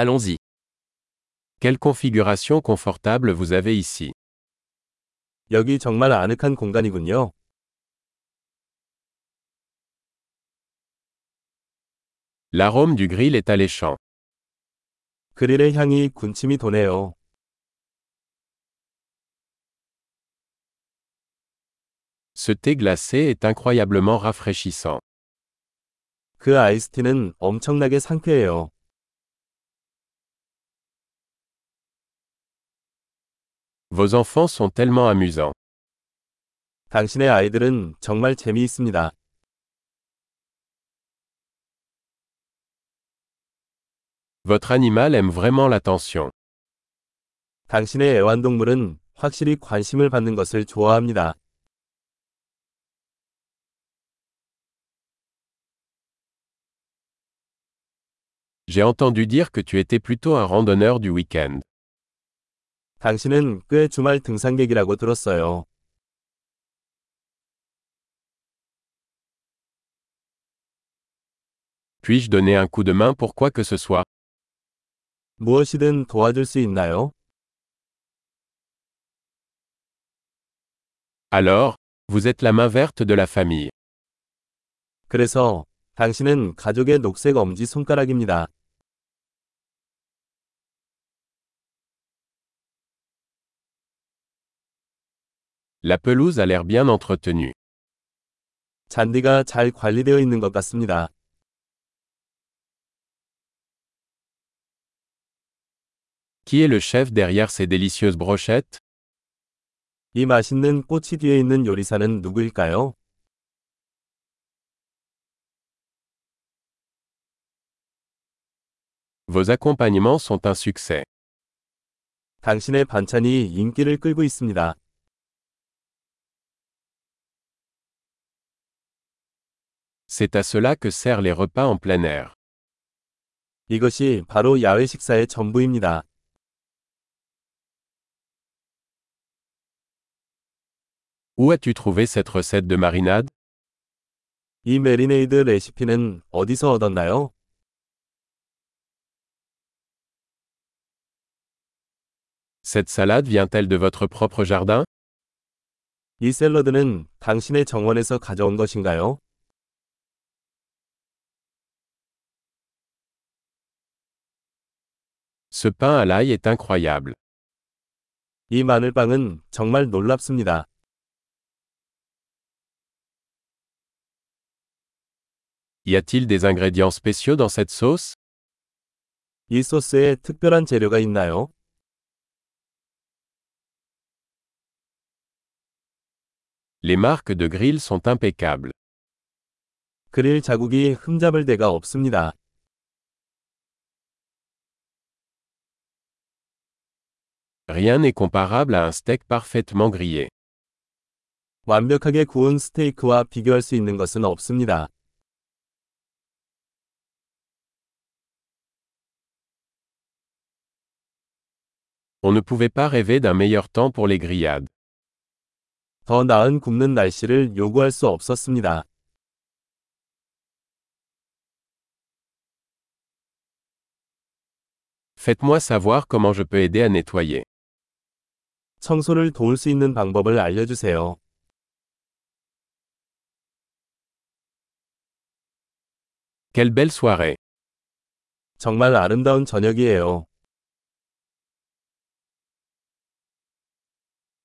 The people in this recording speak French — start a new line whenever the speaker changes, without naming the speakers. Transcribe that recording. Allons-y.
Quelle configuration confortable vous avez ici.
여기 정말 아늑한 공간이군요.
L'arôme du grill est alléchant.
그릴의 향이 군침이 도네요.
Ce thé glacé est incroyablement rafraîchissant.
그 아이스티는 엄청나게 상쾌해요.
Vos enfants sont tellement amusants.
당신의 아이들은 정말 재미있습니다.
Votre animal aime vraiment l'attention.
당신의 애완동물은 확실히 관심을 받는 것을 좋아합니다.
J'ai entendu dire que tu étais plutôt un randonneur du week-end.
당신은 꽤 주말 등산객이라고 들었어요.
Puis-je donner un coup de main pour quoi que ce soit
무엇이든 도와줄 수 있나요?
Alors, vous êtes la main verte de la famille.
그래서 당신은 가족의 녹색 엄지 손가락입니다.
La pelouse a l'air bien entretenue.
잔디가 잘 관리되어 있는 것 같습니다.
Qui est le chef derrière ces délicieuses brochettes
이 맛있는 꽃이 뒤에 있는 요리사는 누구일까요?
Vos accompagnements sont un succès.
당신의 반찬이 인기를 끌고 있습니다.
C'est à cela que servent les repas en plein air.
이것이 바로 야외 식사의 전부입니다.
Où as-tu trouvé cette recette de marinade
이 메리네이드 레시피는 어디서 얻었나요?
Cette salade vient-elle de votre propre jardin
이 샐러드는 당신의 정원에서 가져온 것인가요?
Ce pain à l'ail est incroyable.
이 마늘빵은 정말 놀랍습니다.
Y a-t-il des ingrédients spéciaux dans cette sauce
이 소스에 특별한 재료가 있나요?
Les marques de grill sont impeccables.
그릴 자국이 흠잡을 데가 없습니다.
Rien n'est comparable à un steak parfaitement grillé.
완벽하게 구운 스테이크와 비교할 수 있는 것은 없습니다.
On ne pouvait pas rêver d'un meilleur temps pour les grillades.
더 나은 굽는 날씨를 요구할 수 없었습니다.
Faites-moi savoir comment je peux aider à nettoyer.
청소를 도울 수 있는 방법을 알려주세요.
Quelle belle soirée
정말 아름다운 저녁이에요.